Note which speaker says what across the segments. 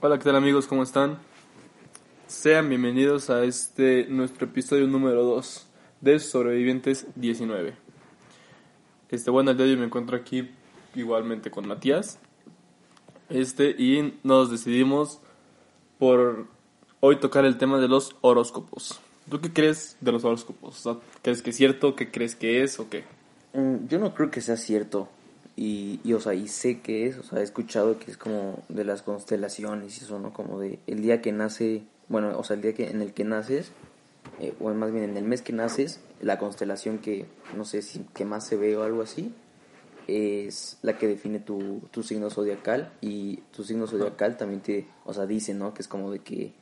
Speaker 1: Hola, ¿qué tal amigos? ¿Cómo están? Sean bienvenidos a este nuestro episodio número 2 de Sobrevivientes 19. Este, bueno, el día de hoy me encuentro aquí igualmente con Matías. Este, y nos decidimos por hoy tocar el tema de los horóscopos. ¿Tú qué crees de los horóscopos? O sea, ¿Crees que es cierto? ¿Qué crees que es o qué?
Speaker 2: Mm, Yo no creo que sea cierto. Y, y, o sea, y sé que es, o sea, he escuchado que es como de las constelaciones y eso, ¿no? Como de el día que nace, bueno, o sea, el día que, en el que naces, eh, o más bien en el mes que naces, la constelación que, no sé si que más se ve o algo así, es la que define tu, tu signo zodiacal y tu signo zodiacal también te, o sea, dice, ¿no? Que es como de que,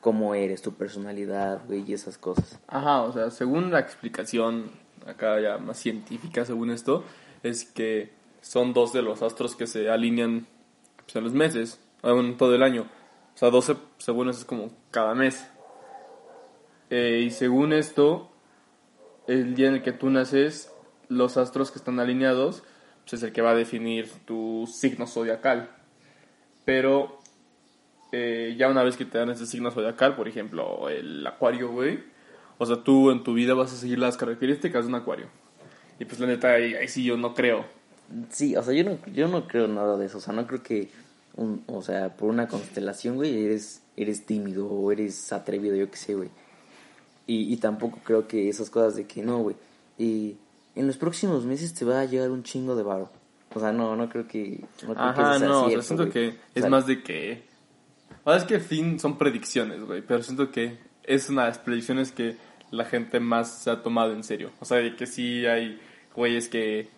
Speaker 2: cómo eres, tu personalidad, güey, y esas cosas.
Speaker 1: Ajá, o sea, según la explicación acá ya más científica, según esto, es que son dos de los astros que se alinean pues, en los meses, en todo el año. O sea, 12, según eso, es como cada mes. Eh, y según esto, el día en el que tú naces, los astros que están alineados, pues es el que va a definir tu signo zodiacal. Pero eh, ya una vez que te dan ese signo zodiacal, por ejemplo, el acuario, güey, o sea, tú en tu vida vas a seguir las características de un acuario. Y pues la neta, ahí, ahí sí yo no creo.
Speaker 2: Sí, o sea, yo no, yo no creo nada de eso, o sea, no creo que, un, o sea, por una constelación, güey, eres, eres tímido o eres atrevido, yo qué sé, güey. Y, y tampoco creo que esas cosas de que no, güey. Y en los próximos meses te va a llegar un chingo de varo. O sea, no, no creo que... No creo que
Speaker 1: Ajá,
Speaker 2: eso sea
Speaker 1: no, o sea,
Speaker 2: cierto,
Speaker 1: siento
Speaker 2: güey.
Speaker 1: que
Speaker 2: O
Speaker 1: es
Speaker 2: sea,
Speaker 1: más de que... O sea, es que al fin son predicciones, güey, pero siento que es una de las predicciones que la gente más se ha tomado en serio. O sea, de que sí hay güeyes que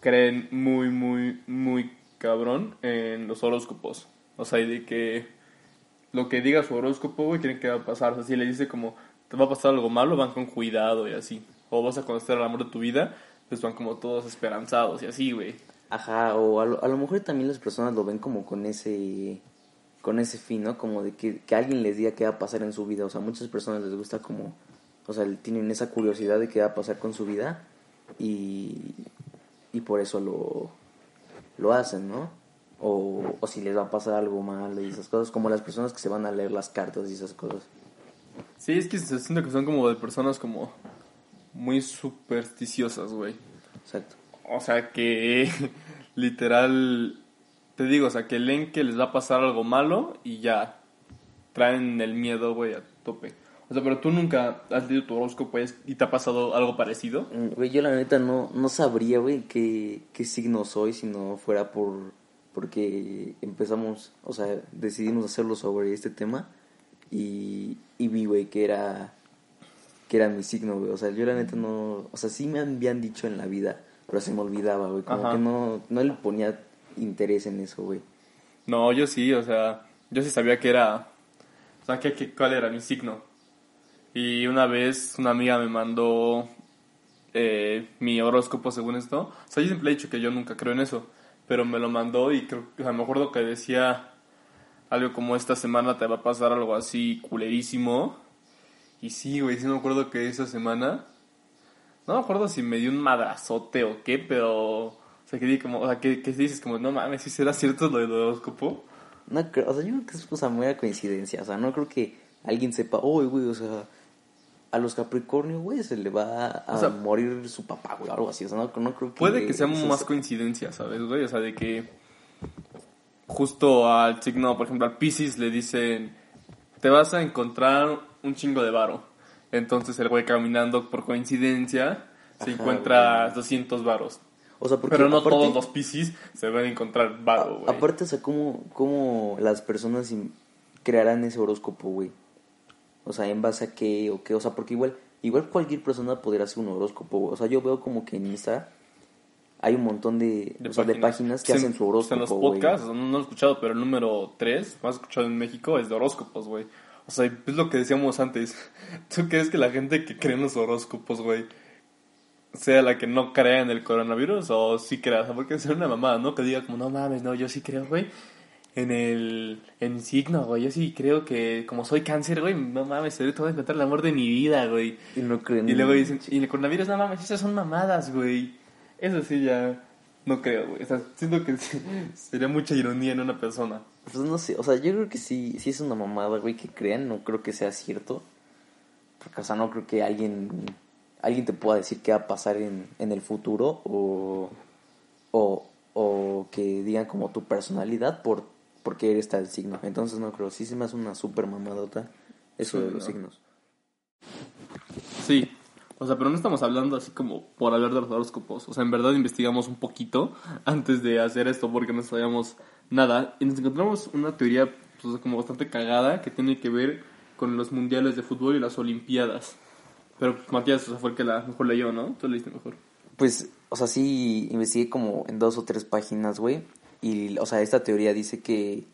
Speaker 1: creen muy, muy, muy cabrón en los horóscopos. O sea, y de que lo que diga su horóscopo, güey, creen que va a pasar. O sea, si le dice como, te va a pasar algo malo, van con cuidado y así. O vas a conocer el amor de tu vida, pues van como todos esperanzados y así, güey.
Speaker 2: Ajá, o a lo, a lo mejor también las personas lo ven como con ese con ese fin, ¿no? Como de que, que alguien les diga qué va a pasar en su vida. O sea, muchas personas les gusta como, o sea, tienen esa curiosidad de qué va a pasar con su vida y, y por eso lo, lo hacen, ¿no? O, o si les va a pasar algo malo y esas cosas, como las personas que se van a leer las cartas y esas cosas.
Speaker 1: Sí, es que se siento que son como de personas como muy supersticiosas, güey.
Speaker 2: Exacto.
Speaker 1: O sea que literal, te digo, o sea que leen que les va a pasar algo malo y ya traen el miedo, güey, a tope. O sea, pero tú nunca has leído tu horóscopo y es- y te ha pasado algo parecido.
Speaker 2: Mm, Güey, yo la neta no, no sabría, güey, qué, qué signo soy si no fuera por porque empezamos, o sea, decidimos hacerlo sobre este tema y, y vi, güey, que era, que era mi signo, güey. O sea, yo la neta no, o sea, sí me habían dicho en la vida, pero se me olvidaba, güey. Como
Speaker 1: Ajá.
Speaker 2: que no, no le ponía interés en eso, güey.
Speaker 1: No, yo sí, o sea, yo sí sabía que era, o sea, que, que- cuál era mi signo. Y una vez una amiga me mandó eh, mi horóscopo según esto. O sea, yo siempre he dicho que yo nunca creo en eso, pero me lo mandó y creo, o sea, me acuerdo que decía algo como esta semana te va a pasar algo así culerísimo. Y sí, güey, sí me acuerdo que esa semana, no me acuerdo si me dio un madrazote o qué, pero, o sea, que, di como, o sea, que, que dices como, no mames, si será cierto lo del horóscopo.
Speaker 2: No creo, o sea, yo creo que es cosa mera coincidencia, o sea, no creo que alguien sepa, uy, güey, o sea, a los Capricornio, güey, se le va a
Speaker 1: O sea,
Speaker 2: morir su papá, güey, algo así, o sea, no, no creo que...
Speaker 1: Puede que sea
Speaker 2: eso
Speaker 1: más coincidencia, ¿sabes, güey? O sea, de que justo al signo, por ejemplo, al Pisces le dicen, te vas a encontrar un chingo de varo. Entonces el güey caminando por coincidencia se
Speaker 2: Ajá,
Speaker 1: encuentra
Speaker 2: güey.
Speaker 1: 200 varos.
Speaker 2: O sea, porque
Speaker 1: Pero no
Speaker 2: aparte-
Speaker 1: todos los Pisces se van a encontrar varo,
Speaker 2: a-
Speaker 1: güey.
Speaker 2: Aparte, o sea, ¿cómo, cómo las personas in- crearán ese horóscopo, güey? O sea, en base a qué o qué. O sea, porque igual, igual cualquier persona podría hacer un horóscopo. güey. O sea, yo veo como que en Insta hay un montón de, o sea, de páginas que
Speaker 1: Pues en-
Speaker 2: hacen su
Speaker 1: pues
Speaker 2: horóscopo.
Speaker 1: En los
Speaker 2: güey.
Speaker 1: podcasts, no, no lo he escuchado, pero el número 3 más escuchado en México es de horóscopos, güey. O sea, es lo que decíamos antes. ¿Tú crees que la gente que cree en los horóscopos, güey, sea la que no crea en el coronavirus o sí crea? O sea, porque es una mamada, ¿no? Que diga como, no mames, no, yo sí creo, güey. En el en mi signo, güey. Yo sí creo que, como soy cáncer, güey, no mames, ahorita voy a encontrar el amor de mi vida, güey.
Speaker 2: Y no creen.
Speaker 1: Y
Speaker 2: en-
Speaker 1: luego dicen, y el coronavirus, no mames, esas son mamadas, güey. Eso sí ya no creo, güey. O sea, siento que sí, sería mucha ironía en una persona.
Speaker 2: Pues no sé, o sea, yo creo que sí, sí es una mamada, güey, que crean, no creo que sea cierto. Porque, o sea, no creo que alguien, alguien te pueda decir qué va a pasar en, en el futuro o, o, o que digan como tu personalidad por porque eres tal signo. Entonces no creo, sí se me hace una super mamadota eso
Speaker 1: Sí,
Speaker 2: de los
Speaker 1: no.
Speaker 2: signos.
Speaker 1: Sí. O sea, pero no estamos hablando así como por hablar de los horóscopos. O sea, en verdad investigamos un poquito antes de hacer esto porque no sabíamos nada. Y nos encontramos una teoría pues, o sea, como bastante cagada que tiene que ver con los mundiales de fútbol y las olimpiadas. Pero pues, Matías o sea, fue el que la mejor leyó, ¿no? Tú leíste mejor.
Speaker 2: Pues, o sea, sí investigué como en dos o tres páginas, güey. Y, o sea, esta teoría dice que,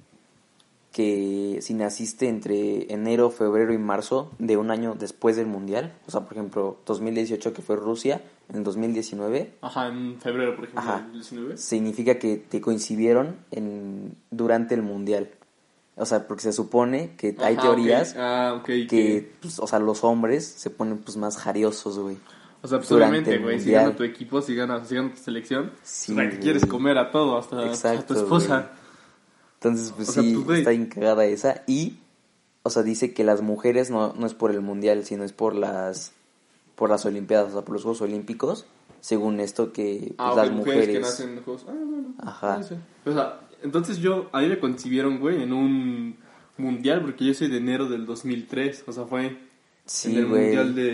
Speaker 2: que si naciste entre enero, febrero y marzo de un año después del Mundial, o sea, por ejemplo, 2018 que fue Rusia, en 2019,
Speaker 1: Ajá, en febrero, por ejemplo,
Speaker 2: Ajá.
Speaker 1: del 19.
Speaker 2: significa que te coincidieron en, durante el Mundial. O sea, porque se supone que hay
Speaker 1: Ajá,
Speaker 2: teorías
Speaker 1: ok. Ah, ok,
Speaker 2: que, pues, o sea, los hombres se ponen pues más jariosos, güey.
Speaker 1: O sea, pues
Speaker 2: durante
Speaker 1: obviamente,
Speaker 2: el
Speaker 1: güey, si
Speaker 2: mundial.
Speaker 1: gana tu equipo, si gana, si gana tu selección,
Speaker 2: Sí,
Speaker 1: o sea, que
Speaker 2: güey.
Speaker 1: quieres comer a todo, hasta a tu
Speaker 2: Exacto,
Speaker 1: esposa.
Speaker 2: Entonces, pues
Speaker 1: O sea,
Speaker 2: sí,
Speaker 1: pues, güey.
Speaker 2: está encagada esa. Y, o sea, dice que las mujeres no, no es por el mundial, sino es por las por las Olimpiadas, o sea, por los Juegos Olímpicos. Según esto, que
Speaker 1: Ah,
Speaker 2: pues,
Speaker 1: ok,
Speaker 2: las
Speaker 1: mujeres que
Speaker 2: mujeres.
Speaker 1: nacen en juegos. Ah, bueno.
Speaker 2: Ajá.
Speaker 1: no sé. O sea, entonces yo, a mí me concibieron, güey, en un mundial, porque yo soy de enero del 2003, o sea, fue
Speaker 2: Sí,
Speaker 1: en el
Speaker 2: güey.
Speaker 1: mundial de,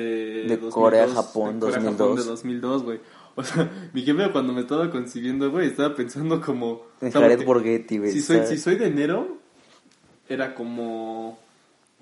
Speaker 2: de Corea, Japón,
Speaker 1: de Corea,
Speaker 2: 2002.
Speaker 1: Japón de 2002, güey. O sea, mi jefe cuando me estaba concibiendo, güey, estaba pensando como...
Speaker 2: En
Speaker 1: o sea,
Speaker 2: Jared
Speaker 1: porque-
Speaker 2: Borghetti, güey.
Speaker 1: si soy,
Speaker 2: está-
Speaker 1: si soy de enero, era como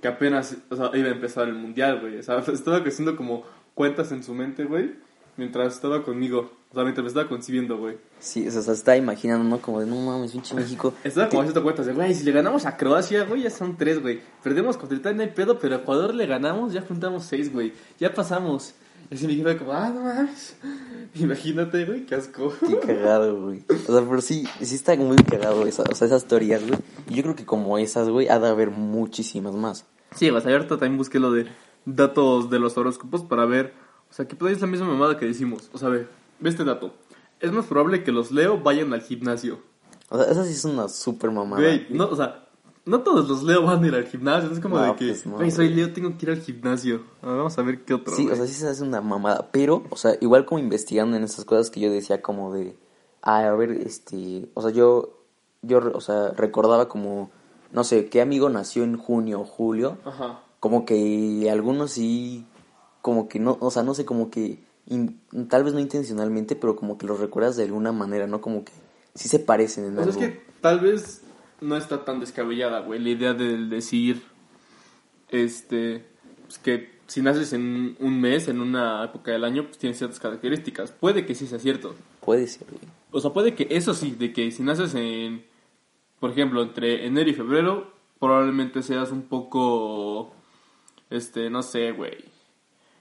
Speaker 1: que apenas o sea, iba a empezar el mundial, güey. O sea, estaba haciendo como cuentas en su mente, güey, mientras estaba conmigo. O sea, mientras me estaba concibiendo, güey.
Speaker 2: sí, o sea, se está imaginando, ¿no? Como de, no mames, pinche México.
Speaker 1: Estaba como
Speaker 2: Que-
Speaker 1: haciendo cuentas de, güey, si le ganamos a Croacia, güey, ya son tres, güey. Perdemos contra Italia, no hay pedo, pero a Ecuador le ganamos, ya juntamos seis, güey. Ya pasamos. Y así me dijeron como, ah, no mames. Imagínate, güey, qué asco.
Speaker 2: Qué cagado, güey. O sea, pero sí, sí está muy cagado esa, o sea, esas teorías, güey. Y yo creo que como esas, güey, ha de haber muchísimas más.
Speaker 1: Sí, vas a ver, también busqué lo de datos de los horóscopos para ver. O sea, que pues, es la misma mamada que decimos. O sea, ve, ve este dato. Es más probable que los Leo vayan al gimnasio.
Speaker 2: O sea, esa sí es una súper mamada.
Speaker 1: Güey, no, o sea, no todos los Leo van a ir al gimnasio. Es como
Speaker 2: No,
Speaker 1: de que,
Speaker 2: pues no,
Speaker 1: güey, soy
Speaker 2: güey.
Speaker 1: Leo, tengo que ir al gimnasio. A ver, vamos a ver qué otro.
Speaker 2: Sí, o
Speaker 1: güey.
Speaker 2: sea, sí se hace una mamada, pero, o sea, igual como investigando en esas cosas que yo decía como de, ay, a ver, este, o sea, yo, yo, o sea, recordaba como, no sé, qué amigo nació en junio o julio,
Speaker 1: Ajá.
Speaker 2: como que algunos sí, como que no, o sea, no sé, como que, in- tal vez no intencionalmente, pero como que los recuerdas de alguna manera, ¿no? Como que sí se parecen en
Speaker 1: O sea,
Speaker 2: algo.
Speaker 1: Pues es que tal vez no está tan descabellada, güey, la idea del decir, este, pues que si naces en un mes, en una época del año, pues tienes ciertas características. Puede que sí sea cierto.
Speaker 2: Puede ser, güey.
Speaker 1: O sea, puede que eso sí, de que si naces en, por ejemplo, entre enero y febrero, probablemente seas un poco, este, no sé, güey,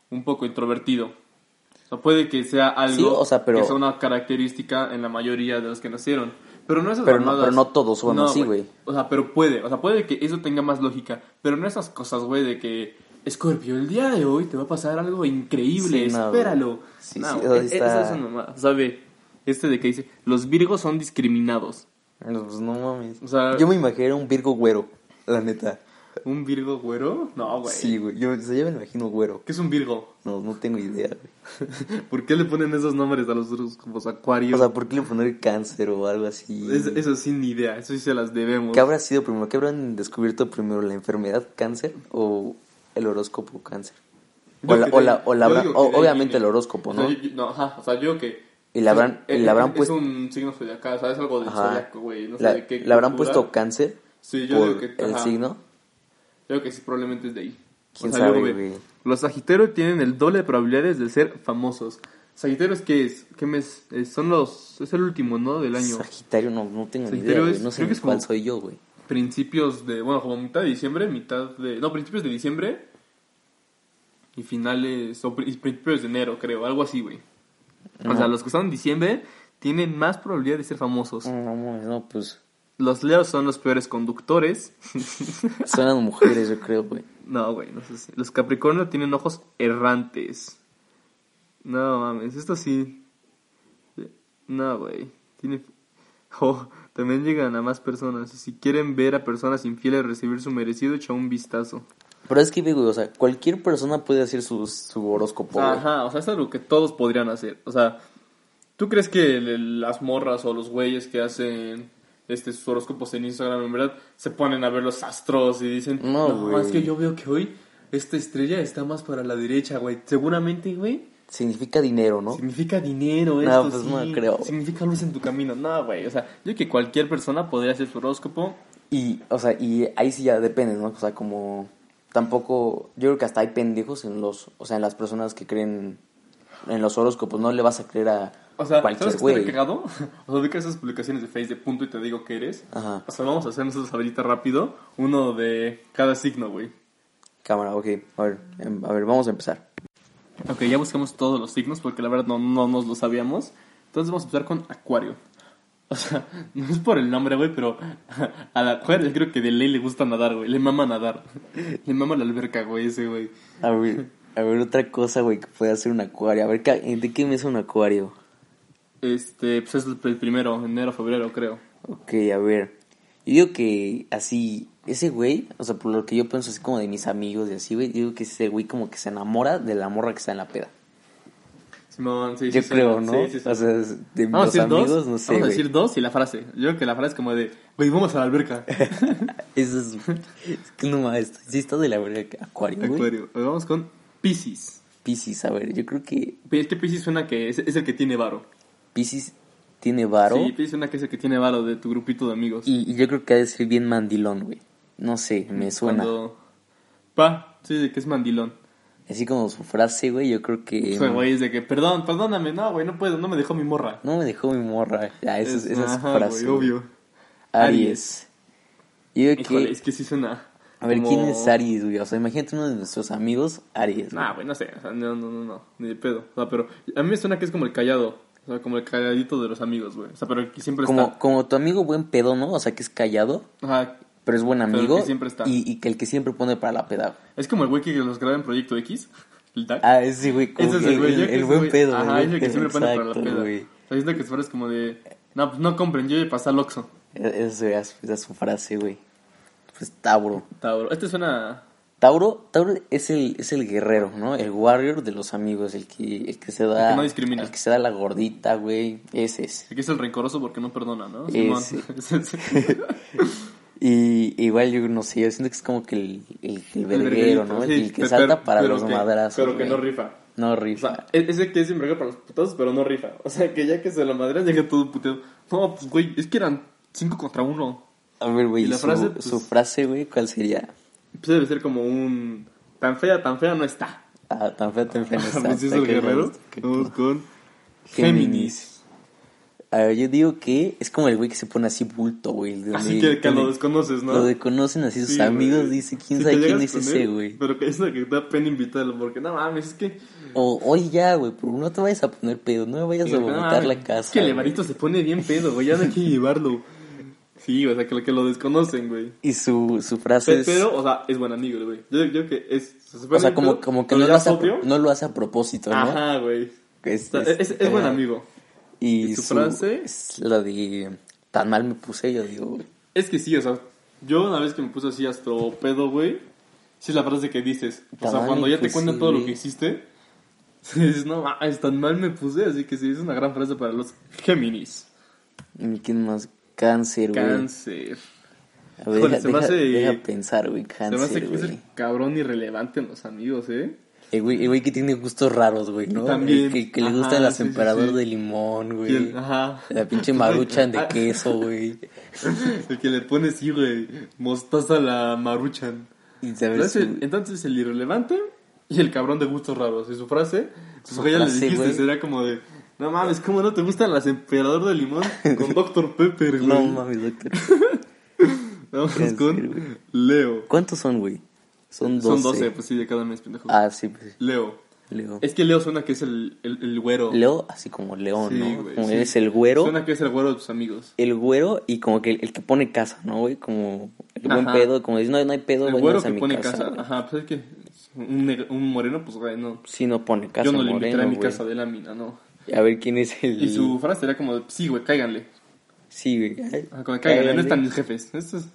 Speaker 1: un poco introvertido. O sea, puede que sea algo
Speaker 2: Sí, o sea, pero-
Speaker 1: que sea una característica en la mayoría de los que nacieron. Pero no esas
Speaker 2: Pero no-
Speaker 1: mamadas-
Speaker 2: pero no todos son así, güey.
Speaker 1: O sea, pero puede, o sea, puede que eso tenga más lógica. Pero no esas cosas, güey, de que, Scorpio, el día de hoy te va a pasar algo increíble,
Speaker 2: Sí, no, güey.
Speaker 1: espéralo.
Speaker 2: Sí,
Speaker 1: No,
Speaker 2: sí,
Speaker 1: güey,
Speaker 2: eso sí
Speaker 1: e-
Speaker 2: está-
Speaker 1: esas son mamá, sabe, este de que dice, los virgos son discriminados.
Speaker 2: No, Pues no mames.
Speaker 1: O sea-
Speaker 2: yo me imaginé un Virgo güero, la neta.
Speaker 1: ¿Un virgo güero? No, güey.
Speaker 2: Sí, güey. Yo, o sea, yo me lo imagino güero.
Speaker 1: ¿Qué es un virgo?
Speaker 2: No, no tengo idea, güey.
Speaker 1: ¿Por qué le ponen esos nombres a los otros como
Speaker 2: O
Speaker 1: acuarios?
Speaker 2: sea, ¿por qué le poner cáncer o algo así?
Speaker 1: Es- eso sí, ni idea, eso sí se las debemos.
Speaker 2: ¿Qué habrá sido primero? ¿Qué habrán descubierto primero? ¿La enfermedad cáncer o el horóscopo cáncer?
Speaker 1: Yo
Speaker 2: O la,
Speaker 1: que
Speaker 2: o
Speaker 1: de-
Speaker 2: la- o la
Speaker 1: yo
Speaker 2: habrán-
Speaker 1: digo que
Speaker 2: o-
Speaker 1: de ahí
Speaker 2: obviamente el
Speaker 1: viene.
Speaker 2: horóscopo,
Speaker 1: O sea,
Speaker 2: ¿no?
Speaker 1: yo- yo- no, ajá, o sea, yo que...
Speaker 2: Y le habrán-
Speaker 1: es,
Speaker 2: y le habrán
Speaker 1: es
Speaker 2: puesto-
Speaker 1: un signo zodiacal, o sea, es algo de
Speaker 2: Ajá.
Speaker 1: zodiaco, güey, no sé
Speaker 2: La-
Speaker 1: de qué
Speaker 2: ¿Le habrán
Speaker 1: cultura.
Speaker 2: puesto cáncer
Speaker 1: Sí, yo
Speaker 2: por
Speaker 1: digo que...
Speaker 2: el
Speaker 1: ajá.
Speaker 2: signo?
Speaker 1: Yo creo que sí, probablemente es de ahí.
Speaker 2: ¿Quién
Speaker 1: O sea, luego,
Speaker 2: sabe,
Speaker 1: güey,
Speaker 2: güey?
Speaker 1: Los Sagitarios tienen el doble de probabilidades de ser famosos. Sagitarios qué es? ¿Qué mes? Eh, son los es el último, ¿no? del año.
Speaker 2: Sagitario, no, no tengo ni idea,
Speaker 1: Sagitario
Speaker 2: güey.
Speaker 1: es-
Speaker 2: No sé
Speaker 1: creo que
Speaker 2: ni
Speaker 1: es como-
Speaker 2: cuál soy yo, güey.
Speaker 1: Principios de, bueno, como mitad de diciembre, mitad de no, principios de diciembre y finales o pri- principios de enero, creo, algo así, güey. O sea, los que están en diciembre tienen más probabilidad de ser famosos.
Speaker 2: No, no, mames, no, pues.
Speaker 1: Los Leos son los peores conductores.
Speaker 2: Suenan mujeres, yo creo, güey.
Speaker 1: No, güey, no sé si- Los Capricornio tienen ojos errantes. No mames, esto sí. No, güey. Tiene. Oh, también llegan a más personas. Si quieren ver a personas infieles recibir su merecido, echa un vistazo.
Speaker 2: Pero es que, güey, o sea, cualquier persona puede hacer su, su horóscopo, güey.
Speaker 1: Ajá, o sea, es algo que todos podrían hacer. O sea, ¿tú crees que el- el- las morras o los güeyes que hacen este, sus horóscopos en Instagram, en verdad, se ponen a ver los astros y dicen,
Speaker 2: No, güey.
Speaker 1: es que yo veo que hoy esta estrella está más para la derecha, güey. Seguramente, güey,
Speaker 2: Significa dinero, ¿no?
Speaker 1: significa dinero
Speaker 2: No,
Speaker 1: esto,
Speaker 2: pues
Speaker 1: sí.
Speaker 2: no creo.
Speaker 1: Significa luz en tu camino. No, güey, o sea, yo que cualquier persona podría hacer su horóscopo.
Speaker 2: Y, o sea, y ahí sí ya depende, ¿no? O sea, como tampoco, yo creo que hasta hay pendejos en los, o sea, en las personas que creen en los horóscopos, no le vas a creer a
Speaker 1: O sea,
Speaker 2: cualquier
Speaker 1: ¿sabes qué está
Speaker 2: güey.
Speaker 1: cagado? O sea, ubicas esas publicaciones de Face de punto y te digo qué eres.
Speaker 2: Ajá.
Speaker 1: O sea, vamos a hacer nosotros ahorita rápido uno de cada signo, güey.
Speaker 2: Cámara, ok, a ver, em, a ver, vamos a empezar.
Speaker 1: Ok, ya buscamos todos los signos porque la verdad no, no nos lo sabíamos. Entonces vamos a empezar con Acuario. O sea, no es por el nombre, güey, pero al Acuario creo que de ley le gusta nadar, güey. Le mama nadar. Le mama la alberca, güey, ese, güey.
Speaker 2: A ver, a ver, otra cosa, güey, que puede hacer un acuario. A ver, ca- ¿de qué me es un acuario?
Speaker 1: Este, pues es el el primero, enero, febrero, creo.
Speaker 2: Ok, a ver, yo digo que así, ese güey, o sea, por lo que yo pienso así como de mis amigos y así, güey, digo que ese güey como que se enamora de la morra que está en la peda.
Speaker 1: Simón, sí,
Speaker 2: Yo
Speaker 1: sí, sí.
Speaker 2: creo, ¿no?
Speaker 1: Sí, sí, sí.
Speaker 2: O sea, de mis
Speaker 1: Vamos a decir
Speaker 2: amigos,
Speaker 1: dos.
Speaker 2: no sé.
Speaker 1: vamos a
Speaker 2: güey.
Speaker 1: decir dos y la frase. Yo creo que la frase es como de, güey, vamos a la alberca.
Speaker 2: Eso es. es que no mames, sí está de la verga. que- Acuario, güey.
Speaker 1: Acuario. Vamos con Piscis.
Speaker 2: Piscis, a ver, yo creo que
Speaker 1: Pe- Es que Piscis suena que es, es el que tiene varo.
Speaker 2: Piscis tiene varo.
Speaker 1: Sí, Piscis suena que es el que tiene varo de tu grupito de amigos.
Speaker 2: y, y yo creo que ha de ser bien mandilón, güey. No sé, me suena.
Speaker 1: Mm, Cuando... Pa, sí, de que es mandilón.
Speaker 2: Así como su frase, güey, yo creo que.
Speaker 1: O sea, güey, es de que, perdón, perdóname, no, güey, no puedo, no me dejó mi morra.
Speaker 2: No me dejó mi morra. Ah, esa es, esa es su
Speaker 1: ajá, güey,
Speaker 2: frase. güey.
Speaker 1: obvio.
Speaker 2: Aries. Yo digo
Speaker 1: Híjole,
Speaker 2: que.
Speaker 1: es que sí suena.
Speaker 2: A ver,
Speaker 1: como-
Speaker 2: ¿quién es Aries, güey? O sea, imagínate uno de nuestros amigos, Aries. güey.
Speaker 1: Nah, güey, no sé, o sea, no, no, no, no, ni de pedo. O sea, pero a mí me suena que es como el callado, o sea, como el calladito de los amigos, güey. O sea, pero el que siempre
Speaker 2: como,
Speaker 1: pues está.
Speaker 2: como tu amigo buen pedo, ¿no? O sea, que es callado,
Speaker 1: Ajá,
Speaker 2: pero es buen
Speaker 1: Pero el
Speaker 2: amigo.
Speaker 1: que siempre está.
Speaker 2: Y, y que el que siempre pone para la peda, güey.
Speaker 1: es como el güey que los graba en Proyecto X, el DAC.
Speaker 2: Ah, ese güey, como
Speaker 1: Ese es
Speaker 2: que
Speaker 1: el güey, yo
Speaker 2: el,
Speaker 1: que
Speaker 2: el
Speaker 1: ese
Speaker 2: buen
Speaker 1: güey-
Speaker 2: pedo.
Speaker 1: Ajá,
Speaker 2: el
Speaker 1: es el que siempre pone para la
Speaker 2: exacto,
Speaker 1: peda.
Speaker 2: güey.
Speaker 1: O sea, siento que fueras como de, no, pues no compren, yo voy a pasar al Oxxo.
Speaker 2: E- Esa era su- esa es su frase, güey. Pues Tauro.
Speaker 1: Tauro, este suena
Speaker 2: Tauro, Tauro es el, es el guerrero, ¿no? El warrior de los amigos, el que, el que se da...
Speaker 1: que no discrimina.
Speaker 2: El que se da la gordita, güey. Ese es.
Speaker 1: Aquí es el rencoroso porque no perdona, ¿no?
Speaker 2: Ese.
Speaker 1: Simón.
Speaker 2: Y igual yo no sé, yo siento que es como que el, el, el verguero, ¿no? El,
Speaker 1: sí,
Speaker 2: el que
Speaker 1: pero-
Speaker 2: salta para
Speaker 1: pero
Speaker 2: los
Speaker 1: que-
Speaker 2: madrazos,
Speaker 1: Pero que
Speaker 2: güey.
Speaker 1: no rifa.
Speaker 2: No
Speaker 1: O
Speaker 2: rifa.
Speaker 1: sea, e- ese que es verguero para los putados, pero no rifa. O sea, que ya que se lo madrean, llega todo puteado. No, pues güey, es que eran 5 contra 1.
Speaker 2: A ver, güey,
Speaker 1: y la
Speaker 2: su,
Speaker 1: frase, pues-
Speaker 2: su frase, güey, ¿cuál sería?
Speaker 1: Pues debe ser como un. Tan fea, tan fea no está.
Speaker 2: Ah, tan fea, tan fea. no está,
Speaker 1: Francisco
Speaker 2: está
Speaker 1: el
Speaker 2: que no
Speaker 1: Guerrero.
Speaker 2: está, que-
Speaker 1: Vamos con.
Speaker 2: Géminis.
Speaker 1: Géminis.
Speaker 2: A ver, yo digo que es como el güey que se pone así bulto, güey. donde-
Speaker 1: Así que, que lo
Speaker 2: donde-
Speaker 1: desconoces, ¿no?
Speaker 2: Lo desconocen así sus
Speaker 1: Sí,
Speaker 2: amigos,
Speaker 1: güey.
Speaker 2: dice, ¿quién
Speaker 1: Si
Speaker 2: sabe
Speaker 1: te
Speaker 2: quién
Speaker 1: llegas
Speaker 2: es
Speaker 1: con
Speaker 2: ese,
Speaker 1: él,
Speaker 2: güey?
Speaker 1: Pero que es la que da pena invitarlo, porque no mames, es que.
Speaker 2: O, oye, ya, güey, pero no te vayas a poner pedo, no me vayas a
Speaker 1: Y de-
Speaker 2: vomitar
Speaker 1: "Ah,
Speaker 2: la casa.
Speaker 1: Es que el
Speaker 2: güey".
Speaker 1: Evarito se pone bien pedo, güey. Ya no hay que llevarlo. Sí, o sea, que, lo- que lo desconocen, güey.
Speaker 2: Y su, su
Speaker 1: Pe-
Speaker 2: frase es,
Speaker 1: Pero, o sea, es buen amigo, güey. Yo yo creo que es. se pone
Speaker 2: o sea,
Speaker 1: bien
Speaker 2: como,
Speaker 1: pedo,
Speaker 2: como que
Speaker 1: pero
Speaker 2: no lo,
Speaker 1: ya
Speaker 2: hace a,
Speaker 1: sobrio.
Speaker 2: pro- no lo hace a propósito, ¿no?
Speaker 1: Ajá, güey. O
Speaker 2: Es,
Speaker 1: sea,
Speaker 2: es-
Speaker 1: Es, es buen
Speaker 2: eh,
Speaker 1: amigo.
Speaker 2: Y
Speaker 1: ¿Y su
Speaker 2: su
Speaker 1: frase?
Speaker 2: Es la de, tan mal me puse, yo digo, güey.
Speaker 1: Es que sí, o sea, yo una vez que me puse así hasta pedo, güey. Sí, es la frase que dices. O sea,
Speaker 2: Tan mal
Speaker 1: cuando
Speaker 2: me
Speaker 1: ya te
Speaker 2: puse,
Speaker 1: cuentan todo lo
Speaker 2: güey.
Speaker 1: que hiciste. Dices, no, ma, es tan mal me puse. Así que sí, es una gran frase para los Géminis.
Speaker 2: ¿Y ¿Quién más? Cáncer, güey.
Speaker 1: Cáncer.
Speaker 2: A ver,
Speaker 1: Híjole,
Speaker 2: deja,
Speaker 1: se me
Speaker 2: deja-
Speaker 1: hace-
Speaker 2: deja pensar, güey,
Speaker 1: Se me hace
Speaker 2: cáncer,
Speaker 1: que es
Speaker 2: güey.
Speaker 1: el cabrón irrelevante en los amigos, ¿eh?
Speaker 2: El güey, el güey que tiene gustos raros, güey, ¿no?
Speaker 1: También.
Speaker 2: El que, que le
Speaker 1: Ajá,
Speaker 2: gustan las
Speaker 1: sí, sí,
Speaker 2: emperadoras
Speaker 1: sí.
Speaker 2: de limón,
Speaker 1: Y el-
Speaker 2: güey.
Speaker 1: ajá.
Speaker 2: La pinche maruchan de
Speaker 1: Ah.
Speaker 2: queso, güey.
Speaker 1: El que le pone, sí, güey, mostaza a la maruchan.
Speaker 2: Y saber
Speaker 1: Entonces,
Speaker 2: si-
Speaker 1: entonces, el irrelevante y el cabrón de gustos raros. Y su frase, pues güey, ya le
Speaker 2: frase,
Speaker 1: dijiste,
Speaker 2: güey.
Speaker 1: será como de, no mames, ¿cómo no te gustan las emperador de limón con Dr. Pepper, güey?
Speaker 2: No mames, doctor.
Speaker 1: Vamos
Speaker 2: qué asco,
Speaker 1: con
Speaker 2: güey.
Speaker 1: Leo.
Speaker 2: ¿Cuántos son, güey? Son 12.
Speaker 1: Son 12, pues sí, de cada mes, pendejo.
Speaker 2: Ah, sí, pues.
Speaker 1: Leo.
Speaker 2: Leo.
Speaker 1: Es que Leo suena que es el, el, el güero.
Speaker 2: Leo, así como León,
Speaker 1: Sí,
Speaker 2: ¿no?
Speaker 1: güey,
Speaker 2: como
Speaker 1: sí.
Speaker 2: eres el güero.
Speaker 1: Suena que es el güero de tus amigos.
Speaker 2: El güero y como que el, el que pone casa, ¿no, güey? Como el buen
Speaker 1: Ajá.
Speaker 2: pedo, como dices, no, no hay pedo,
Speaker 1: El
Speaker 2: güey.
Speaker 1: güero
Speaker 2: no
Speaker 1: que
Speaker 2: a mi
Speaker 1: pone
Speaker 2: casa.
Speaker 1: casa.
Speaker 2: güey.
Speaker 1: Ajá, pues es que un, neg- un moreno, pues güey, no.
Speaker 2: Sí, no pone casa,
Speaker 1: Yo no le
Speaker 2: moreno,
Speaker 1: invitaría a mi
Speaker 2: güey.
Speaker 1: casa de lámina, no.
Speaker 2: A ver quién es el.
Speaker 1: Y su frase sería como, de, sí, güey, cáiganle.
Speaker 2: Sí, güey.
Speaker 1: Ajá, como, cáiganle, no están mis jefes. Esto es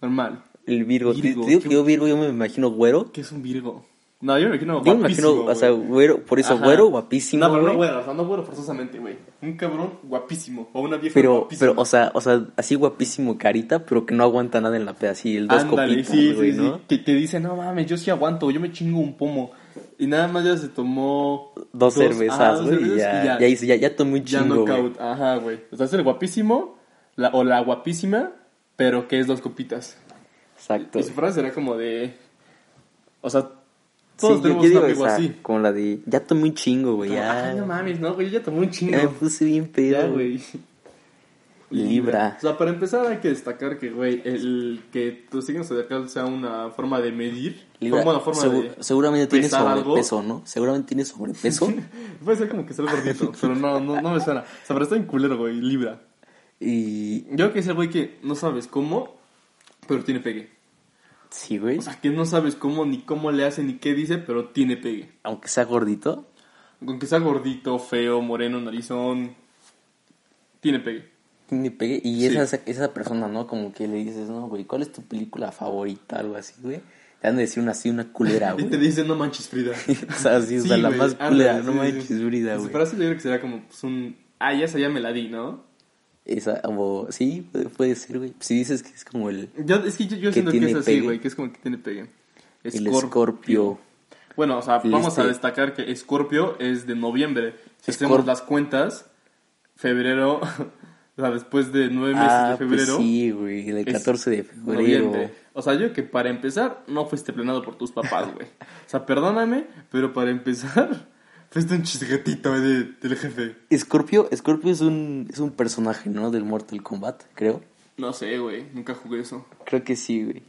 Speaker 1: normal.
Speaker 2: El Virgo. Te-
Speaker 1: Virgo,
Speaker 2: te digo
Speaker 1: qué-
Speaker 2: que yo Virgo, yo me imagino güero.
Speaker 1: ¿Qué es un virgo? No, yo me imagino
Speaker 2: Yo me imagino,
Speaker 1: guapísimo,
Speaker 2: o sea,
Speaker 1: güey.
Speaker 2: güero, por eso
Speaker 1: Ajá.
Speaker 2: güero, guapísimo.
Speaker 1: No, pero no
Speaker 2: güey.
Speaker 1: güero, o sea, no güero forzosamente, güey. Un cabrón guapísimo o una vieja
Speaker 2: Pero,
Speaker 1: guapísima.
Speaker 2: pero, o sea, o sea, así guapísimo carita, pero que no aguanta nada en la peda, así el dos
Speaker 1: Ándale,
Speaker 2: copitas,
Speaker 1: sí,
Speaker 2: güey,
Speaker 1: sí,
Speaker 2: ¿no?
Speaker 1: sí. Que, que dice, no mames, yo sí aguanto, yo me chingo un pomo. Y nada más ya se tomó...
Speaker 2: Dos
Speaker 1: ah,
Speaker 2: cervezas,
Speaker 1: dos
Speaker 2: güey, y
Speaker 1: cervezas
Speaker 2: ya, ya, hice- ya, ya tomé un
Speaker 1: ya
Speaker 2: chingo, güey.
Speaker 1: knockout. Ajá, güey. O sea, es el guapísimo la, o la guapísima, pero que es dos copitas.
Speaker 2: Exacto.
Speaker 1: Y su
Speaker 2: güey.
Speaker 1: frase era como de... O sea,
Speaker 2: Sí,
Speaker 1: todos
Speaker 2: yo- yo,
Speaker 1: tenemos un
Speaker 2: digo
Speaker 1: amigo
Speaker 2: esa,
Speaker 1: así.
Speaker 2: como la de, ya tomé un chingo, güey, ya.
Speaker 1: Ay, no mames, no, güey, yo ya tomé un chingo.
Speaker 2: ya me puse bien
Speaker 1: Ya,
Speaker 2: pedo, güey.
Speaker 1: güey.
Speaker 2: Libra.
Speaker 1: O sea, para empezar hay que destacar que, güey, el que tu signo zodiacal sea una forma de medir,
Speaker 2: Libra,
Speaker 1: como una forma
Speaker 2: segu-
Speaker 1: de
Speaker 2: seguramente tiene
Speaker 1: pesar
Speaker 2: sobrepeso, ¿no? Seguramente tiene sobrepeso.
Speaker 1: algo. Puede ser como que sea el gordito, pero no, no, no me suena. O sea, pero está en culero, güey, Libra.
Speaker 2: y.
Speaker 1: Yo creo que es el güey que no sabes cómo, pero tiene pegue.
Speaker 2: Sí, güey.
Speaker 1: O sea, que no sabes cómo, ni cómo le hace, ni qué dice, pero tiene pegue.
Speaker 2: Aunque sea gordito.
Speaker 1: Con que sea gordito, feo, moreno, narizón, tiene pegue.
Speaker 2: Me pegué. Y
Speaker 1: Sí.
Speaker 2: esa, esa persona, ¿no? Como que le dices, no, güey, ¿cuál es tu película favorita? Algo así, güey. Te han de decir una así, una culera,
Speaker 1: Y
Speaker 2: güey.
Speaker 1: te dicen, no manches, Frida.
Speaker 2: O sea, sí, o sea, la
Speaker 1: güey,
Speaker 2: más
Speaker 1: ándale,
Speaker 2: culera, no
Speaker 1: sí,
Speaker 2: manches,
Speaker 1: sí.
Speaker 2: Brida,
Speaker 1: Su
Speaker 2: güey.
Speaker 1: frase yo creo que será como pues, un. Ah, ya esa ya me la di, ¿no?
Speaker 2: Esa, como, sí, puede, puede ser, güey. Si dices que es como el,
Speaker 1: Yo, es que yo, yo
Speaker 2: Que
Speaker 1: siento que es
Speaker 2: tiene
Speaker 1: así,
Speaker 2: pegue.
Speaker 1: güey, que es como que tiene pegue.
Speaker 2: el escorpio.
Speaker 1: Bueno, o sea,
Speaker 2: El
Speaker 1: vamos a
Speaker 2: este.
Speaker 1: destacar que Scorpio es de noviembre. Si
Speaker 2: Escorp-
Speaker 1: hacemos las cuentas, febrero, o sea, después de nueve meses de
Speaker 2: Ah, pues
Speaker 1: febrero.
Speaker 2: sí, güey, el
Speaker 1: es
Speaker 2: 14 de febrero.
Speaker 1: noviembre. O sea, yo creo que para empezar no fuiste plenado por tus papás, güey. O sea, perdóname, pero para empezar fuiste un chisgatito güey, de, del jefe.
Speaker 2: Escorpio, Escorpio es un, es un personaje, ¿no? Del Mortal Kombat, creo.
Speaker 1: No sé, güey, nunca jugué eso.
Speaker 2: Creo que sí, güey.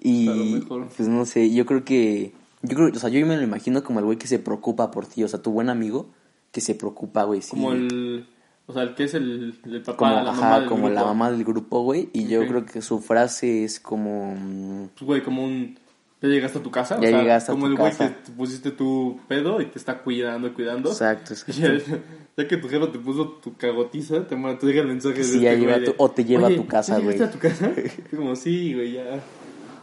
Speaker 2: Y
Speaker 1: A lo mejor.
Speaker 2: pues no sé, yo creo que yo creo, o sea, yo me lo imagino como el güey que se preocupa por ti, o sea, tu buen amigo que se preocupa, güey, sí.
Speaker 1: Como el. O sea, el que es el, el papá,
Speaker 2: como,
Speaker 1: la
Speaker 2: ajá,
Speaker 1: mamá del
Speaker 2: como la
Speaker 1: grupo.
Speaker 2: mamá del grupo, güey, y yo
Speaker 1: Ok.
Speaker 2: creo que su frase es como mm,
Speaker 1: Pues, güey, como un. Ya llegaste a tu casa.
Speaker 2: Ya llegaste a
Speaker 1: como
Speaker 2: tu
Speaker 1: el güey
Speaker 2: casa.
Speaker 1: que te pusiste tu pedo y te está cuidando, cuidando.
Speaker 2: Exacto,
Speaker 1: Y
Speaker 2: exacto.
Speaker 1: el- ya que tu jefe te puso tu cagotiza, te, manda- te llega el mensaje
Speaker 2: Sí,
Speaker 1: de.
Speaker 2: ya
Speaker 1: este
Speaker 2: lleva
Speaker 1: güey de,
Speaker 2: tu- o te lleva a
Speaker 1: "Oye,
Speaker 2: tu casa,
Speaker 1: ¿ya llegaste
Speaker 2: güey".
Speaker 1: a tu casa? Es como, sí, güey, ya.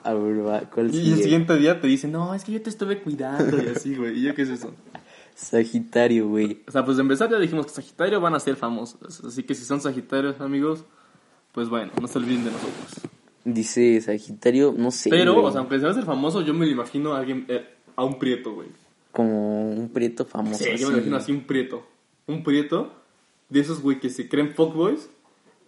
Speaker 2: A ver, va, ¿cuál
Speaker 1: Y, el
Speaker 2: sigue?
Speaker 1: siguiente día te dice, no, es que yo te estuve cuidando y así, güey. ¿Y yo qué es eso?
Speaker 2: Sagitario, güey.
Speaker 1: O sea, pues de empezar ya dijimos que Sagitario van a ser famosos. Así que si son Sagitarios, amigos, pues bueno, no se olviden de nosotros.
Speaker 2: Dice Sagitario, no sé.
Speaker 1: Pero,
Speaker 2: güey,
Speaker 1: o sea, aunque sea ser famoso, yo me lo imagino a alguien, eh, a un prieto, güey.
Speaker 2: como un prieto famoso.
Speaker 1: Sí, yo me
Speaker 2: así.
Speaker 1: imagino así un prieto. Un prieto de esos, güey, que se creen fuckboys,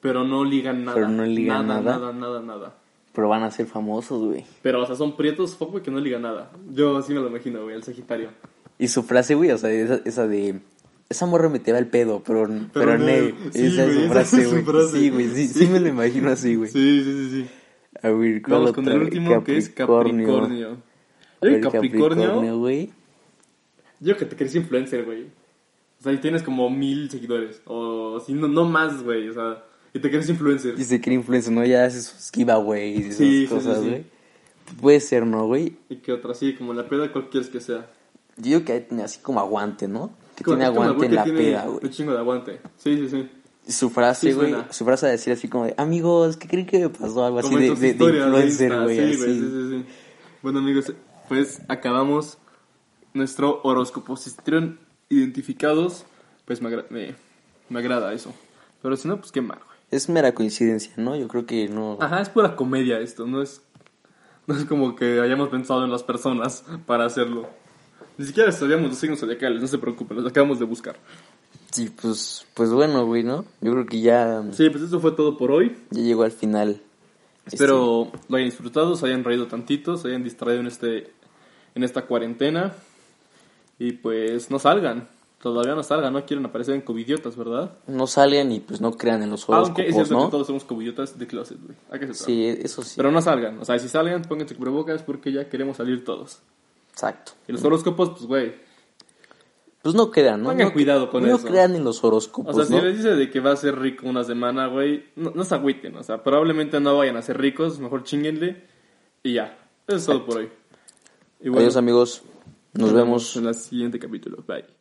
Speaker 1: pero no ligan nada.
Speaker 2: Pero no ligan
Speaker 1: Nada,
Speaker 2: nada.
Speaker 1: nada, nada, nada.
Speaker 2: Pero van a ser famosos, güey.
Speaker 1: Pero, o sea, son prietos fuckboy que no ligan nada. Yo así me lo imagino, güey, el Sagitario.
Speaker 2: Y su frase, güey, o sea, esa, esa de. Esa morra me te va el pedo, pero, pero,
Speaker 1: no,
Speaker 2: ne.
Speaker 1: sí,
Speaker 2: esa es
Speaker 1: güey,
Speaker 2: su
Speaker 1: esa
Speaker 2: frase,
Speaker 1: es su
Speaker 2: güey.
Speaker 1: frase.
Speaker 2: Sí, güey, sí, sí me lo imagino así, güey.
Speaker 1: Sí, sí, sí, sí.
Speaker 2: A ver, ¿cuál
Speaker 1: Vamos con
Speaker 2: otra,
Speaker 1: el
Speaker 2: güey?
Speaker 1: último que es Capricornio.
Speaker 2: A
Speaker 1: Yo,
Speaker 2: ver,
Speaker 1: Capricornio,
Speaker 2: güey.
Speaker 1: yo que te crees influencer, güey. O sea, y tienes como mil seguidores. O si no, no más, güey. O sea, y te crees influencer.
Speaker 2: Dice que era influencer, ¿no? Ya hace sus giveaways y esas
Speaker 1: Sí, sí, sí,
Speaker 2: cosas,
Speaker 1: sí.
Speaker 2: güey. Puede ser, ¿no, güey?
Speaker 1: Y que otra, sí, como la peda cualquiera que sea.
Speaker 2: Yo digo que tiene así como aguante, ¿no? Que
Speaker 1: Como-
Speaker 2: tiene
Speaker 1: es como el
Speaker 2: aguante
Speaker 1: güey
Speaker 2: en la
Speaker 1: que este tiene
Speaker 2: peda,
Speaker 1: Un
Speaker 2: güey.
Speaker 1: chingo de aguante. Sí, sí, sí.
Speaker 2: Su frase,
Speaker 1: Sí,
Speaker 2: güey.
Speaker 1: suena.
Speaker 2: su frase a decir así como de, amigos, ¿qué creen que me pasó? Algo así
Speaker 1: Como
Speaker 2: de,
Speaker 1: en sus
Speaker 2: de, de
Speaker 1: historias de
Speaker 2: influencer,
Speaker 1: Insta,
Speaker 2: güey.
Speaker 1: Sí, güey,
Speaker 2: así.
Speaker 1: sí, sí, sí. Bueno, amigos, pues acabamos nuestro horóscopo. Si estuvieron identificados, pues me, agra- me, me agrada eso. Pero si no, pues qué mal, güey.
Speaker 2: Es mera coincidencia, ¿no? Yo creo que no.
Speaker 1: Ajá, es pura comedia esto, no es, no es como que hayamos pensado en las personas para hacerlo. Ni siquiera sabíamos los signos zodiacales, no se preocupen, los acabamos de buscar.
Speaker 2: Sí, pues, pues bueno, güey, ¿no? Yo creo que ya,
Speaker 1: Sí, pues eso fue todo por hoy.
Speaker 2: ya llegó al final
Speaker 1: Espero lo hayan disfrutado, se hayan reído tantito, se hayan distraído en, este, en esta cuarentena. Y pues no salgan, todavía no salgan, no quieren aparecer en covidiotas, ¿verdad?
Speaker 2: Este, No salgan y pues no crean en los juegos
Speaker 1: Aunque es cierto
Speaker 2: ¿no?
Speaker 1: que todos somos covidiotas de closet, güey. ¿A qué se trata?
Speaker 2: Sí, e, eso sí.
Speaker 1: Pero no salgan, o sea, si salgan, pónganse cubrebocas porque ya queremos salir todos.
Speaker 2: Exacto.
Speaker 1: Y los horóscopos, pues güey.
Speaker 2: Pues no crean, ¿no?
Speaker 1: Tengan
Speaker 2: No-
Speaker 1: cuidado con
Speaker 2: no
Speaker 1: eso.
Speaker 2: crean en los
Speaker 1: O
Speaker 2: horóscopos,
Speaker 1: sea,
Speaker 2: Pues ¿no?
Speaker 1: si les dice de que va a ser rico una semana, güey, no, no se agüiten, o sea, probablemente no vayan a ser ricos, mejor chinguenle y ya. Eso es todo por hoy. Y bueno,
Speaker 2: Adiós, amigos. Nos vemos.
Speaker 1: en el siguiente capítulo. Bye.